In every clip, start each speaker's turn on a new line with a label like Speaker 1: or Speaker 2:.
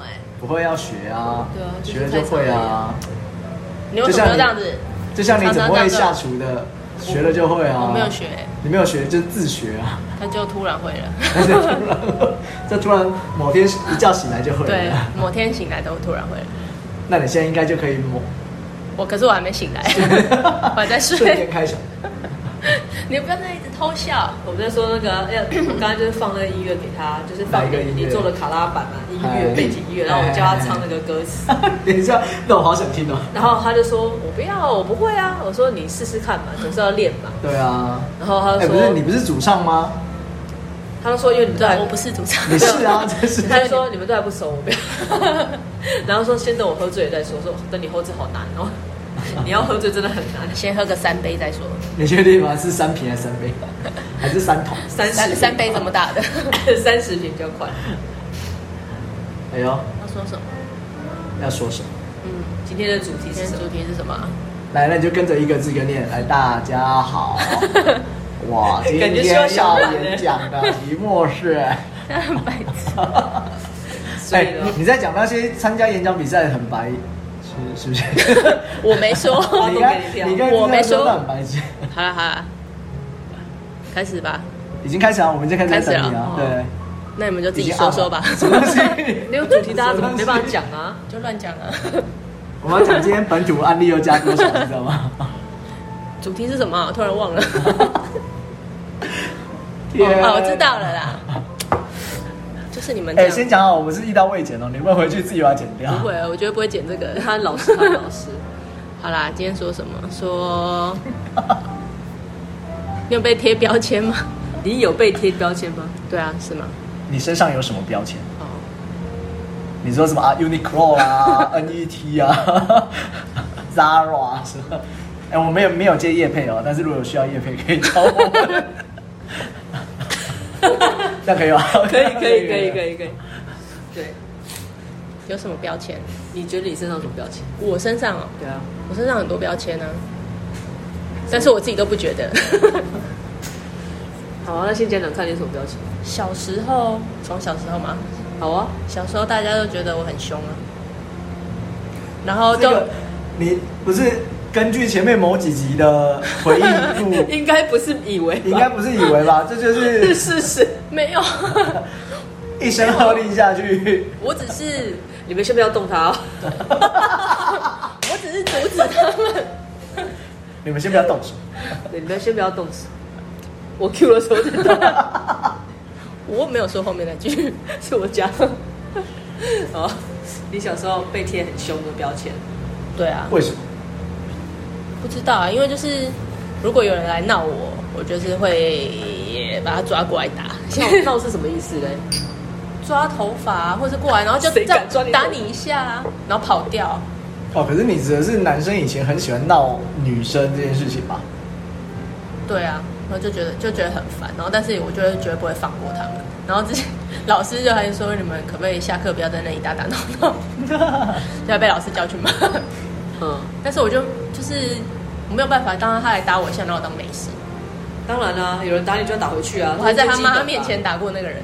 Speaker 1: 欸
Speaker 2: 不会要学啊，
Speaker 1: 对啊就是
Speaker 2: 学了就会啊。
Speaker 1: 你为什么要这样子？
Speaker 2: 就像你怎么
Speaker 1: 常
Speaker 2: 会下
Speaker 1: 常这样子
Speaker 2: 厨的，学了就会啊。
Speaker 1: 我没有学，
Speaker 2: 你没有学就是自学啊。
Speaker 1: 他就突然会了。
Speaker 2: 但是突然，这突然某天一觉醒来就 会啊
Speaker 1: 对
Speaker 2: 了。，
Speaker 1: 某天醒来都突然会了。
Speaker 2: 那你现在应该就可以某
Speaker 1: 我可是我还没醒 来，我还在
Speaker 2: 瞬
Speaker 1: 睡
Speaker 2: 间。开始。
Speaker 1: 你不要再一直偷笑。
Speaker 3: 我们在说那个，要我 刚才就是放那个音乐给他，就是
Speaker 2: 哪
Speaker 3: 放
Speaker 2: 一个
Speaker 3: 你
Speaker 2: 音乐
Speaker 3: 你做的卡拉版嘛，音
Speaker 2: 哎
Speaker 3: 乐背景音乐，然后我叫他唱那个歌词，
Speaker 2: 等一下，那我好想听哦。
Speaker 3: 然后他就说我不要，我不会啊，我说你试试看嘛，总是要练嘛，
Speaker 2: 对啊，
Speaker 3: 然后他
Speaker 2: 哎，
Speaker 3: 就
Speaker 2: 不是你哎
Speaker 3: 说，
Speaker 2: 不是主唱吗？
Speaker 3: 他就说因为你们都还
Speaker 1: 我不是主唱，
Speaker 2: 你是啊，真是。
Speaker 3: 他就说你们都还不熟，我不要。 然后说先等我喝醉了再说，说等你喝醉好难哦， 你要喝醉真的很难。
Speaker 1: 先喝个三杯再说。
Speaker 2: 你确定吗？是三瓶还是三杯？还是三桶？
Speaker 3: 三
Speaker 1: 三
Speaker 3: 十
Speaker 1: 三杯这么 大的？
Speaker 3: 三十瓶比较快。
Speaker 2: 哎呦，
Speaker 1: 要说什么？
Speaker 2: 要说什么？
Speaker 1: 嗯，
Speaker 3: 今天的主题
Speaker 1: 今天
Speaker 3: 是 什
Speaker 1: 主
Speaker 3: 么？
Speaker 1: 题是什么啊？
Speaker 2: 来，那你就跟着一个字一个念。来，大家好。哇，今
Speaker 3: 感觉
Speaker 2: 天
Speaker 3: 需要小
Speaker 2: 要
Speaker 3: 懒
Speaker 2: 演
Speaker 3: 欸
Speaker 2: 讲的题目是。
Speaker 1: 白痴。
Speaker 3: 所
Speaker 2: 哎、
Speaker 3: 以呢，
Speaker 2: 你在讲那些参加演讲比赛很白，是是不是？
Speaker 1: 我没 说。
Speaker 3: 我
Speaker 2: 你
Speaker 3: 懂
Speaker 2: 刚
Speaker 3: 给你跳
Speaker 2: 你刚
Speaker 1: 我没说
Speaker 2: 很白痴，
Speaker 1: 好了好了，开始吧。
Speaker 2: 已经开始了，我们就开始在等
Speaker 1: 开
Speaker 2: 你
Speaker 1: 始了
Speaker 2: 啊，
Speaker 1: 哦
Speaker 2: 对，
Speaker 1: 那你们就自
Speaker 2: 已
Speaker 1: 己
Speaker 2: 经啊哦
Speaker 1: 说说吧
Speaker 2: up 了。什么东西？
Speaker 3: 没有主题，大家怎么没办法讲啊？
Speaker 1: 就乱讲啊。
Speaker 2: 我们要讲今天本土案例又加多少，你知道吗？
Speaker 1: 主题是什么啊、我突然忘 了。
Speaker 2: 天
Speaker 1: 哦，我知道了。啦。就是你们
Speaker 2: 哎、
Speaker 1: 这样。
Speaker 2: 先讲好，我们是一刀未剪哦，你们回去自己把它剪掉。啊
Speaker 1: 不会，我绝对不会剪这个。
Speaker 3: 他老师，他老师，
Speaker 1: 好啦，今天说什么？说你有被贴标签吗？
Speaker 3: 你有被贴标签吗？
Speaker 1: 对啊，是吗？
Speaker 2: 你身上有什么标签？
Speaker 1: 哦，
Speaker 2: 你说什么啊？Uniqlo 啊 ，NET 啊 ，Zara 啊什么？哎、我没有没有接叶配哦，但是如果有需要叶配，可以找我 们。那可以吗？
Speaker 3: 可以，可以，可以，可。以，可以。对，
Speaker 1: 有什么标签？
Speaker 3: 你觉得你身上有什么标签？
Speaker 1: 我身上哦，
Speaker 3: 对啊，
Speaker 1: 我身上很多标签呢、啊，但是我自己都不觉得。
Speaker 3: 好啊，那先讲讲看你有什么标签。
Speaker 1: 小时候，从小时候嘛，
Speaker 3: 好啊，
Speaker 1: 小时候大家都觉得我很凶啊，然后
Speaker 2: 这
Speaker 1: 就、
Speaker 2: 个你不是根据前面某几集的回忆 录，
Speaker 3: 应该不是以为吧，
Speaker 2: 应该不是以为吧？这就是是
Speaker 3: 事实。
Speaker 1: 没有，
Speaker 2: 一声喝令下去，
Speaker 1: 我只是
Speaker 3: 你们先不要动他 哦。
Speaker 1: 我只是阻止他们。
Speaker 2: 你们先不要动手。
Speaker 3: 对，你们先不要动手。我 Q 的时候再动，
Speaker 1: 我没有说后面那句，
Speaker 3: 是我 讲。哦，你小时候被贴很凶的标签，
Speaker 1: 对啊，
Speaker 2: 为什么？
Speaker 1: 不知道啊，因为就是如果有人来闹我，我就是会把他抓过来打，
Speaker 3: 那那我是什么意思嘞？
Speaker 1: 抓头发、啊、或者过来，然后就
Speaker 3: 谁
Speaker 1: 这
Speaker 3: 敢
Speaker 1: 样
Speaker 3: 抓你头
Speaker 1: 打你一下、啊，然后跑掉。
Speaker 2: 哦，可是你指的是男生以前很喜欢闹女生这件事情 吧？
Speaker 1: 对啊，然后就觉得就觉得很烦，然后但是我就会绝对不会放过他们。然后之前老师就还说你们可不可以下课不要在那里打打闹闹， 就要被老师叫去骂。
Speaker 3: 嗯，
Speaker 1: 但是我就就是我没有办法，当他来打我一下，然后我当没事。
Speaker 3: 当然啦、有人打你就要打回去啊。
Speaker 1: 我还在
Speaker 3: 这
Speaker 1: 他
Speaker 3: 是基本
Speaker 1: 妈
Speaker 3: 吧
Speaker 1: 面前，打过那个人、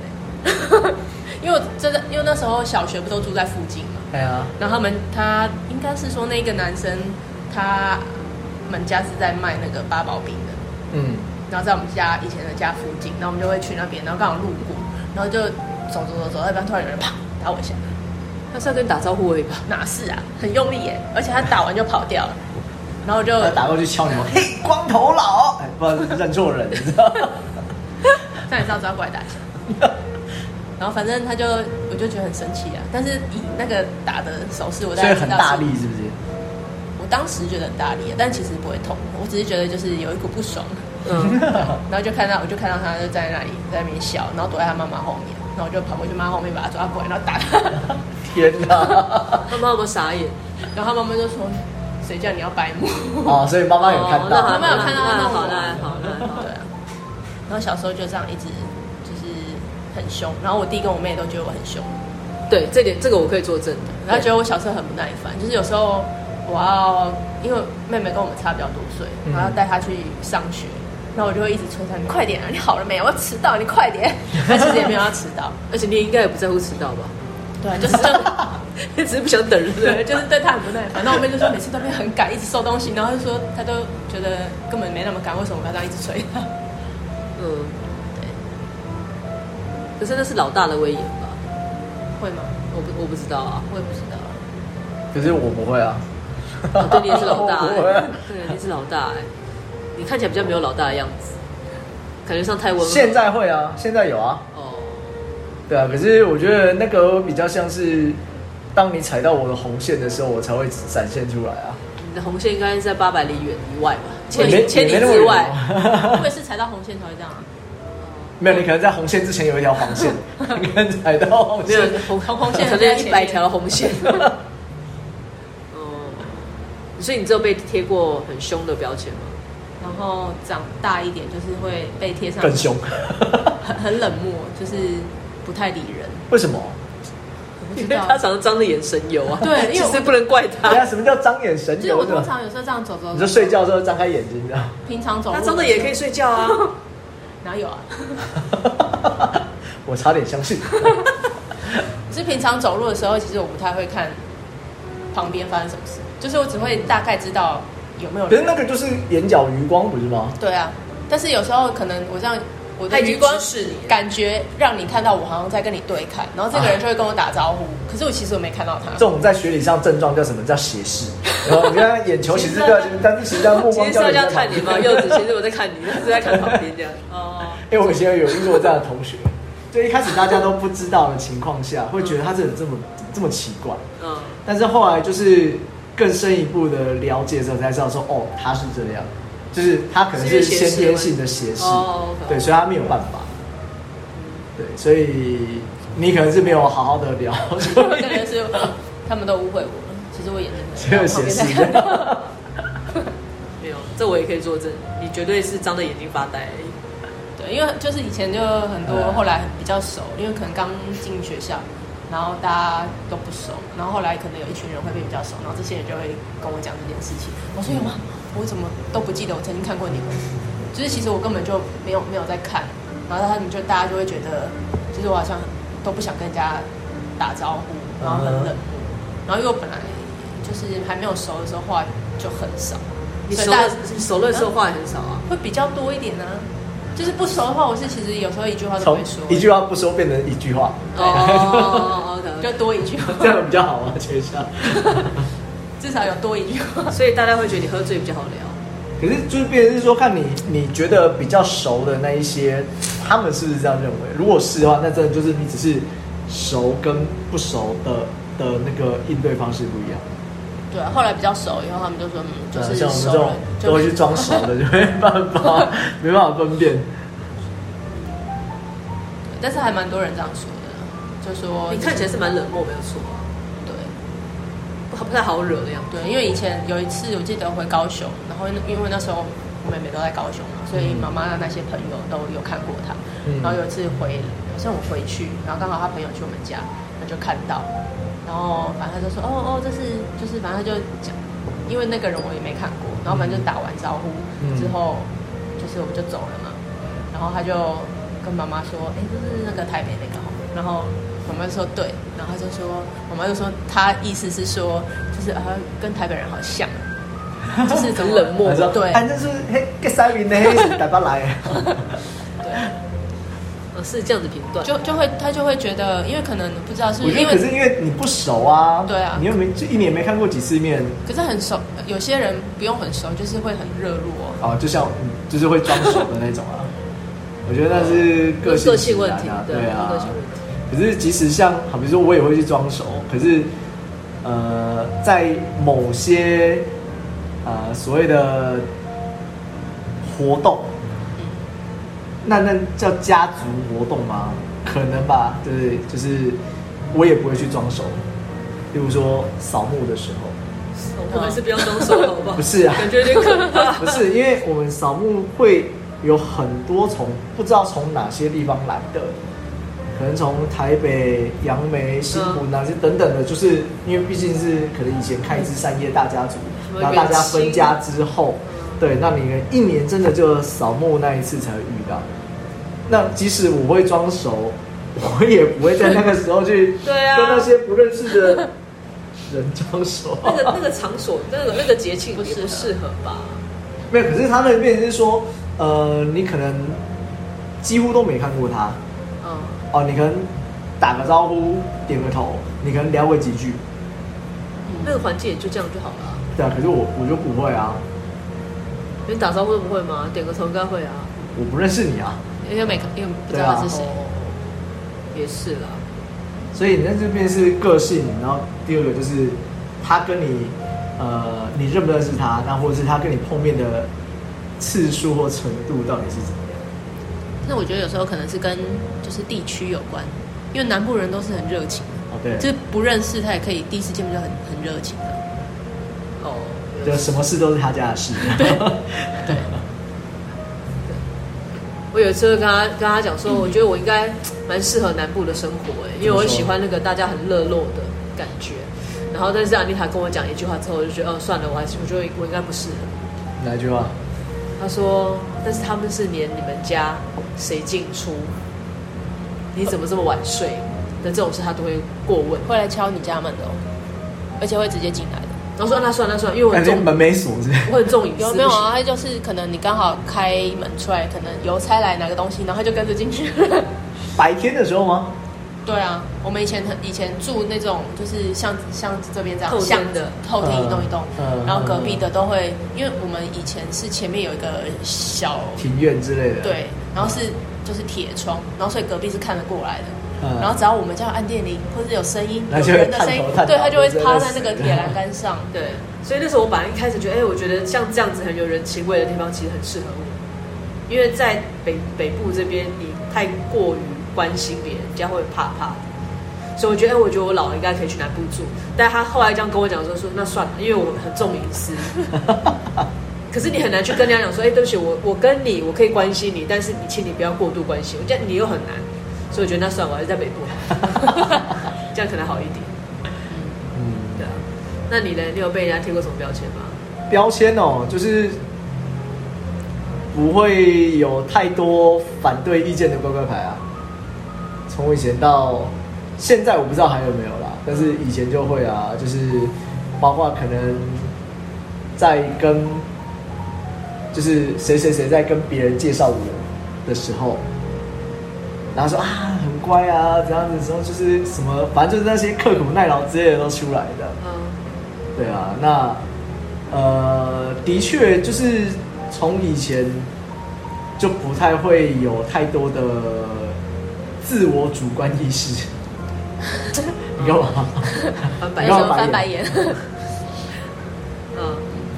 Speaker 1: 欸、 因为我真的因为那时候小学不都住在附近嘛，
Speaker 2: 哎呀，
Speaker 1: 然后他们他应该是说那个男生他们家是在卖那个八宝饼的，
Speaker 2: 嗯，
Speaker 1: 然后在我们家以前的家附近，然后我们就会去那边，然后刚好路过，然后就走走走走，要不然突然有人啪打我一下，
Speaker 3: 他是要跟你打招呼而已吧？
Speaker 1: 哪是啊，很用力耶，而且他打完就跑掉了，然后我就
Speaker 2: 他打过去敲你们，嘿，光头佬，哎，不知道认错 人，你知道吗？
Speaker 1: 但你知道抓过来打一下， 然后反正他就我就觉得很生气啊，但是以那个打的手势，我大
Speaker 2: 所
Speaker 1: 概知道
Speaker 2: 以很
Speaker 1: 是
Speaker 2: 大力，是不是？
Speaker 1: 我当时觉得很大力啊，但其实不会痛，我只是觉得就是有一股不爽，
Speaker 3: 嗯，
Speaker 1: 然后就看到我就看到他就在那里在那边笑，然后躲在他妈妈后面，然后我就跑过去妈妈后面把他抓过来，然后打 他。
Speaker 2: 天哪！
Speaker 3: 他妈有没有傻眼？
Speaker 1: 然后他妈妈就说：“谁叫你要白目
Speaker 2: 哦，所以妈妈有看
Speaker 3: 哦
Speaker 2: 到，
Speaker 3: 那好
Speaker 1: 妈妈有看到
Speaker 3: 那
Speaker 1: 那
Speaker 3: 好，
Speaker 1: 我
Speaker 3: 那好，那？”好
Speaker 1: 对。啊。然后小时候就这样一直就是很凶，然后我弟跟我妹都觉得我很凶，
Speaker 3: 对，这点这个我可以作证的。
Speaker 1: 然后觉
Speaker 3: 得
Speaker 1: 得我小时候很不耐烦，就是有时候我要因为妹妹跟我们差比较多岁，
Speaker 2: 嗯
Speaker 1: 然后要带她去上学，然后我就会一直催她：“你快点啊，你好了没？我要迟 到，你快点！”她其实也没有要迟到，
Speaker 3: 而且你应该也不在乎迟到吧？
Speaker 1: 对，就是就
Speaker 3: 也只是不想等人。
Speaker 1: 对，就是对他很不耐烦。那我妹就说每次都会很赶，一直收东西，然后就说她都觉得根本没那么赶，为什么我要这样一直催她？
Speaker 3: 嗯，对。可是那是老大的威严吧？
Speaker 1: 会吗？
Speaker 3: 我不我不知道啊。
Speaker 1: 我也不知道。
Speaker 2: 可是我不会啊。
Speaker 3: 哦、对，你也是老 大、
Speaker 2: 我不会啊
Speaker 3: 欸。对，你是老大哎、你看起来比较没有老大的样子，感觉上太温和。
Speaker 2: 现在会啊，现在有啊。
Speaker 3: 哦，
Speaker 2: 对啊，可是我觉得那个比较像是，当你踩到我的红线的时候，我才会展现出来啊。
Speaker 3: 你的红线应该是在八百里远以外吧？千
Speaker 2: 也没
Speaker 3: 里千里
Speaker 2: 也没那么
Speaker 3: 之
Speaker 2: 远
Speaker 3: 外。
Speaker 2: 啊
Speaker 1: 我也是踩到红线才会这 样啊。
Speaker 2: 没有，你可能在红线之前有一条黄线，你可能踩到红
Speaker 3: 没
Speaker 2: 线
Speaker 3: 有。
Speaker 1: 红红线
Speaker 3: 可能一百条红 线。哦，所以你只有被贴过很凶的标签吗？
Speaker 1: 然后长大一点就是会被贴上
Speaker 2: 更凶，
Speaker 1: 很 很冷漠，就是不太理人。
Speaker 2: 为什么？
Speaker 1: 我不
Speaker 3: 因
Speaker 1: 知
Speaker 3: 为
Speaker 1: 道
Speaker 3: 他，常常张着眼神游啊。
Speaker 1: 对因为
Speaker 3: 其
Speaker 1: 我
Speaker 3: 实不能怪
Speaker 2: 人家
Speaker 3: 他，
Speaker 2: 哎什么叫张眼神
Speaker 1: 就是
Speaker 2: 游
Speaker 1: 我通
Speaker 2: 呢？
Speaker 1: 常有时候这样走走，
Speaker 2: 你说睡，觉的时候张开眼睛的，
Speaker 1: 平常走路
Speaker 3: 他张着也可以，睡觉啊。
Speaker 1: 哪有啊？
Speaker 2: 我差点相信。
Speaker 1: 是平常走路的时候，其实我不太会看旁边发生什么事，就是我只会大概知道有没有
Speaker 2: 可是
Speaker 1: 人。
Speaker 2: 那个就是眼角余光，不是吗？
Speaker 1: 对啊，但是有时候可能我这样，我
Speaker 3: 他
Speaker 1: 的
Speaker 3: 已经
Speaker 1: 余光
Speaker 3: 直视你了
Speaker 1: 感觉让你看到我好像在跟你对看，然后这个人就会跟我打招呼，可是我其实我没看到他
Speaker 2: 这。种在学理上症状叫什么？叫斜视。然后你看眼球其实掉进去，但是其实在目
Speaker 3: 其
Speaker 2: 光
Speaker 3: 实是
Speaker 2: 交
Speaker 3: 要这
Speaker 2: 流
Speaker 3: 样
Speaker 2: 在
Speaker 3: 看
Speaker 2: 旁
Speaker 3: 你
Speaker 2: 边
Speaker 3: 吗？柚子，其实我在看你，他是在看旁边这样。
Speaker 1: 哦，
Speaker 2: 因哎为我以前有遇过这样的同学，就一开始大家都不知道的情况下，会觉得他这人这么这么奇怪，
Speaker 3: 嗯，
Speaker 2: 但是后来就是更深一步的了解之后，才知道说，哦，他是这样，就是他可能是先天性的斜视
Speaker 3: 是因为斜视哦，，OK
Speaker 2: 对，所以他没有办法，对，所以你可能是没有好好的聊，所
Speaker 1: 这
Speaker 2: 以
Speaker 1: 个是他们都误会我了，其实我眼睛
Speaker 2: 所以 有斜视。
Speaker 3: 没有，这我也可以作证，你绝对是张着眼睛发呆而已。
Speaker 1: 对，因为就是以前就很
Speaker 3: 啊
Speaker 1: 多，后来比较熟，因为可能刚进学校，然后大家都不熟，然后后来可能有一群人会变比较熟，然后这些人就会跟我讲这件事情。我
Speaker 3: 嗯
Speaker 1: 说有吗？我怎么都不记得我曾经看过你们，就是其实我根本就没有没有在看，然后他们就大家就会觉得，就是我好像都不想跟人家打招呼，然后
Speaker 3: 嗯
Speaker 1: 很冷漠，然后因为我本来就是还没有熟的时候话就很少，
Speaker 3: 你
Speaker 1: 所以
Speaker 3: 熟
Speaker 1: 大
Speaker 3: 了
Speaker 1: 家
Speaker 3: 熟了之后话也很少啊。
Speaker 1: 会比较多一点呢、就是不熟的话，我是其实有时候一句话都不
Speaker 2: 从
Speaker 1: 会说，
Speaker 2: 一句话不说变成一句话，
Speaker 3: 哦哦哦
Speaker 1: 就
Speaker 3: ，OK。
Speaker 1: 多一句话，
Speaker 2: 这样比较好啊，学校。
Speaker 1: 至少有多一句话。
Speaker 3: 所以大家会觉得你喝醉比较好聊。
Speaker 2: 可是就是变成是说，看你你觉得比较熟的那一些，他们是不是这样认为？如果是的话，那真的就是你只是熟跟不熟的的那个应对方式不一样。
Speaker 1: 对啊，后来比较熟以后，他们就说，嗯，就
Speaker 2: 对
Speaker 1: 是
Speaker 2: 啊像我们这
Speaker 1: 熟
Speaker 2: 种
Speaker 1: 了，
Speaker 2: 都
Speaker 1: 就
Speaker 2: 会去装熟的，就没办法，没办法分辨。
Speaker 1: 对 但是还蛮多人这样说的，就说
Speaker 3: 你看起来是蛮冷漠，没有错啊，
Speaker 1: 对
Speaker 3: 不不太好惹的样子。
Speaker 1: 对，因为以前有一次我记得回高雄，然后因为那时候我妹妹都在高雄嘛，所以妈妈的那些朋友都有看过她。
Speaker 2: 嗯
Speaker 1: 然后有一次回，好像我回去，然后刚好她朋友去我们家，她就看到，然后反正她就说，哦哦，这是就是反正她就讲，因为那个人我也没看过，然后反正就打完招呼
Speaker 2: 嗯
Speaker 1: 之后，就是我们就走了嘛，然后她就跟妈妈说，哎，这是那个台北那个哦，然后妈妈就说对，然后她就说，妈妈就说她意思是说，就是啊跟台北人好像，就是怎么
Speaker 3: 冷漠
Speaker 2: 他说
Speaker 1: 对
Speaker 2: 哎，这是嘿，给三明的嘿，打不来。
Speaker 1: 对。
Speaker 3: 呃，是这样子评断。
Speaker 1: 就就会他就会觉得，因为可能不知道是
Speaker 2: 我
Speaker 1: 因
Speaker 2: 觉
Speaker 1: 为
Speaker 2: 得可是因为你不熟啊，
Speaker 1: 对啊
Speaker 2: 你又没就一年没看过几次面
Speaker 1: 可是很熟，有些人不用很熟，就是会很热络、哦。
Speaker 2: 啊，就像嗯就是会装熟的那种啊。我觉得那是个性
Speaker 3: 个性问题
Speaker 2: 使然啊，
Speaker 3: 对
Speaker 2: 对啊，
Speaker 3: 个性问题。
Speaker 2: 可是即使像，好比说我也会去装熟，可是呃，在某些呃所谓的活动，那那叫家族活动吗？可能吧，对不对？就是我也不会去装熟，例如说扫墓的时候，
Speaker 3: 我们是不要装熟了，好不好？
Speaker 2: 不是啊
Speaker 3: 感觉有点可 怕。
Speaker 2: 不是因为我们扫墓会有很多从不知道从哪些地方来的，可能从台北、杨梅、新竹哪些等等的，就是因为毕竟是可能以前开枝散叶大家族，
Speaker 3: 什么
Speaker 2: 然后大家
Speaker 3: 远亲
Speaker 2: 分家之后，对，那你一年真的就扫墓那一次才会遇到。那即使我会装熟，我也不会在那个时候去
Speaker 3: 对啊
Speaker 2: 跟那些不认识的人装熟。
Speaker 3: 那 个那个场所，那个那个节庆
Speaker 1: 不
Speaker 3: 不
Speaker 1: 适合
Speaker 3: 是适合吧？
Speaker 2: 没有，可是他的变成是说，呃，你可能几乎都没看过他
Speaker 3: 嗯，
Speaker 2: 哦，你可能打个招呼，点个头，你可能聊过几句，
Speaker 3: 嗯那个环境也就这样就好了啊。
Speaker 2: 对啊。可是我我就不会啊，
Speaker 3: 你打招呼不会吗？点个头应该会啊。
Speaker 2: 我不认识你啊，
Speaker 1: 因为每个因为不知道他是谁，
Speaker 3: 也是啦，
Speaker 2: 所以你在这边是个性，然后第二个就是他跟你呃，你认不认识他，那或者是他跟你碰面的次数或程度到底是怎么样？
Speaker 1: 那我觉得有时候可能是跟就是地区有关，因为南部人都是很热情，
Speaker 2: 哦，对，
Speaker 1: 就是不认识他也可以第一次见面就很很热情的。
Speaker 3: 哦，
Speaker 2: 就什么事都是他家的事。
Speaker 1: 对，
Speaker 3: 我有一次跟他跟他讲
Speaker 1: 嗯
Speaker 3: 说，我觉得我应该蛮适合南部的生活、欸，因为我喜欢那个大家很热络的感觉。然后，但是安妮塔跟我讲一句话之后，我就觉得，哦，算了，我还是我觉得我应该不适合。
Speaker 2: 哪一句话？
Speaker 3: 他说，但是他们是连你们家谁进出，你怎么这么晚睡的这种事，他都会过问。
Speaker 1: 会来敲你家门的哦，而且会直接进来的。
Speaker 3: 然后说，啊那算了那算了，因为我
Speaker 2: 感
Speaker 3: 很
Speaker 2: 觉
Speaker 3: 重，
Speaker 2: 门没锁是不是？
Speaker 3: 我很重隐私。
Speaker 1: 有没有啊？他就是可能你刚好开门出来，可能邮差来拿个东西，然后他就跟着进去。
Speaker 2: 白天的时候吗？
Speaker 1: 对啊，我们以前很以前住那种就是像像这边这
Speaker 3: 透
Speaker 1: 样
Speaker 3: 天
Speaker 1: 巷子
Speaker 3: 的
Speaker 1: 透天一栋一栋，
Speaker 2: 嗯嗯
Speaker 1: 然后隔壁的都会，因为我们以前是前面有一个小
Speaker 2: 庭院之类的。，
Speaker 1: 对，然后是就是铁窗，然后所以隔壁是看得过来的。
Speaker 2: 嗯
Speaker 1: 然后只要我们这样按电铃，或是有声音，
Speaker 2: 那
Speaker 1: 有
Speaker 2: 就会
Speaker 1: 人的声音
Speaker 2: 探头探，
Speaker 1: 对
Speaker 2: 脑
Speaker 1: 他就会
Speaker 2: 就在
Speaker 1: 趴
Speaker 2: 那
Speaker 1: 在那个
Speaker 2: 死
Speaker 1: 铁栏杆上。
Speaker 3: 对，所以那时候我本来一开始觉得，哎、我觉得像这样子很有人情味的地方，其实很适合我，因为在北北部这边，你太过于关心别人，人家会怕怕的。所以我觉得，哎、我觉得我老了应该可以去南部住。但他后来这样跟我讲说，说那算了，因为我很重隐私。可是你很难去跟人家讲说，哎、对不起，我我跟你，我可以关心你，但是你请你不要过度关心我，这样你又很难。所以我觉得那算了，我还是在北部好，这样可能好一点。
Speaker 2: 嗯，
Speaker 3: 对啊，那你呢？你有被人家贴过什么标签吗？
Speaker 2: 标签哦，就是不会有太多反对意见的乖乖牌啊。从我以前到现在，我不知道还有没有啦，但是以前就会啊，就是包括可能在跟就是谁谁谁在跟别人介绍我的时候，然后说啊很乖啊，怎样子，然后就是什么，反正就是那些刻苦耐劳之类的都出来的。
Speaker 3: 嗯，
Speaker 2: 对啊，那呃，的确就是从以前就不太会有太多的自我主观意识。你干嘛？
Speaker 3: 翻
Speaker 1: 反
Speaker 3: 白
Speaker 2: 你干
Speaker 1: 正
Speaker 2: 嘛
Speaker 3: 眼，
Speaker 1: 翻白眼，
Speaker 3: 嗯，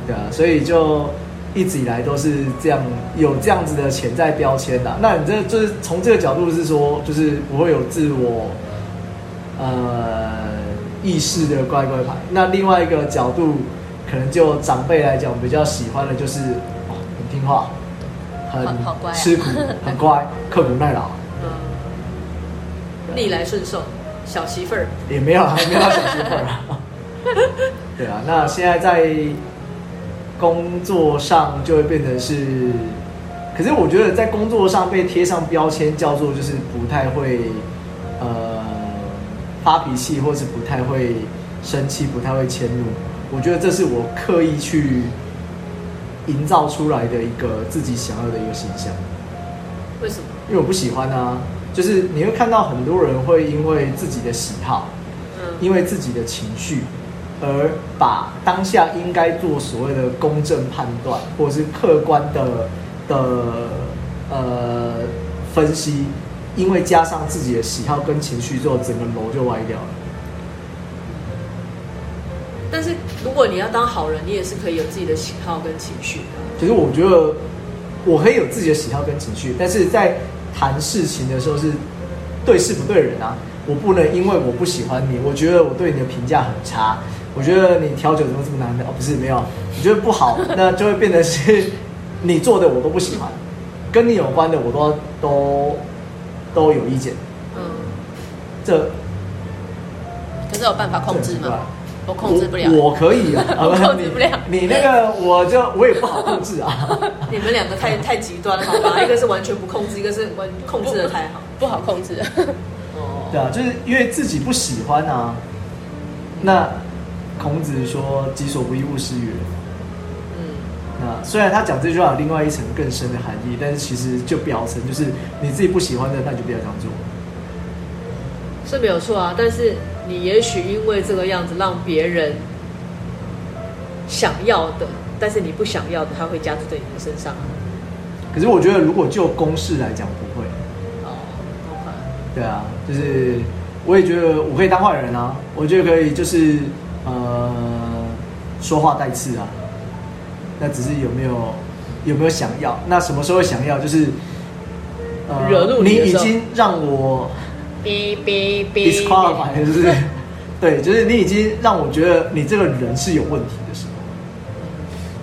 Speaker 2: 对啊，所以就一直以来都是这样，有这样子的潜在标签的。那你这就是从这个角度是说，就是不会有自我呃意识的乖乖牌。那另外一个角度，可能就长辈来讲比较喜欢的就是哦，很听话，很
Speaker 1: 好好乖啊
Speaker 2: 吃苦，很乖，刻苦耐劳。
Speaker 3: 嗯，逆来顺受，小媳妇儿，
Speaker 2: 也没有啊，没有到小媳妇儿啊。对啊，那现在在工作上就会变成是，可是我觉得在工作上被贴上标签叫做就是不太会呃发脾气，或是不太会生气，不太会迁怒。我觉得这是我刻意去营造出来的一个自己想要的一个形象。
Speaker 3: 为什么？
Speaker 2: 因为我不喜欢啊。就是你会看到很多人会因为自己的喜好，
Speaker 3: 嗯，
Speaker 2: 因为自己的情绪，而把当下应该做所谓的公正判断，或者是客观的的呃分析，因为加上自己的喜好跟情绪之呃后，整个楼就歪掉了。
Speaker 3: 但是如果你要当好人，你也是可以有自己的喜好跟情绪的。
Speaker 2: 其实我觉得我可以有自己的喜好跟情绪，但是在谈事情的时候是对事不对人啊。我不能因为我不喜欢你，我觉得我对你的评价很差，我觉得你调酒怎么这么难的哦，不是没有，你觉得不好， 那就会变得是你做的我都不喜欢，跟你有关的我都都都有意见，
Speaker 3: 嗯，
Speaker 2: 这
Speaker 1: 可是有办法控制
Speaker 2: 这很奇怪
Speaker 3: 啊
Speaker 1: 吗？我控制不了。
Speaker 2: 我我可以啊，
Speaker 1: 我控制不了
Speaker 2: 你你那个我就我也不好控制啊。
Speaker 3: 你们两个太太极端了，好吧？一个是完全不控制，一个是完控制的太好。
Speaker 1: 不好控制，
Speaker 3: 哦，
Speaker 2: 对啊，就是因为自己不喜欢啊，那孔子说“己所不欲，勿施于人”。
Speaker 3: 嗯，
Speaker 2: 那虽然他讲这句话有另外一层更深的含义，但是其实就表层就是你自己不喜欢的，那你就不要这样做。
Speaker 3: 是没有错啊。但是你也许因为这个样子让别人想要的，但是你不想要的，他会加注在你的身上啊。
Speaker 2: 可是我觉得，如果就公式来讲，不会。
Speaker 3: 哦
Speaker 2: 对啊，就是我也觉得我可以当坏人啊，我觉得可以就是呃说话带刺啊，那只是有没有有没有想要？那什么时候想要？就是呃
Speaker 3: 惹怒
Speaker 2: 你
Speaker 3: 你的
Speaker 2: 已
Speaker 3: 时候
Speaker 2: 经让我
Speaker 3: OK，哔哔哔
Speaker 2: disqualify，就是对，就是你已经让我觉得你这个人是有问题的时候。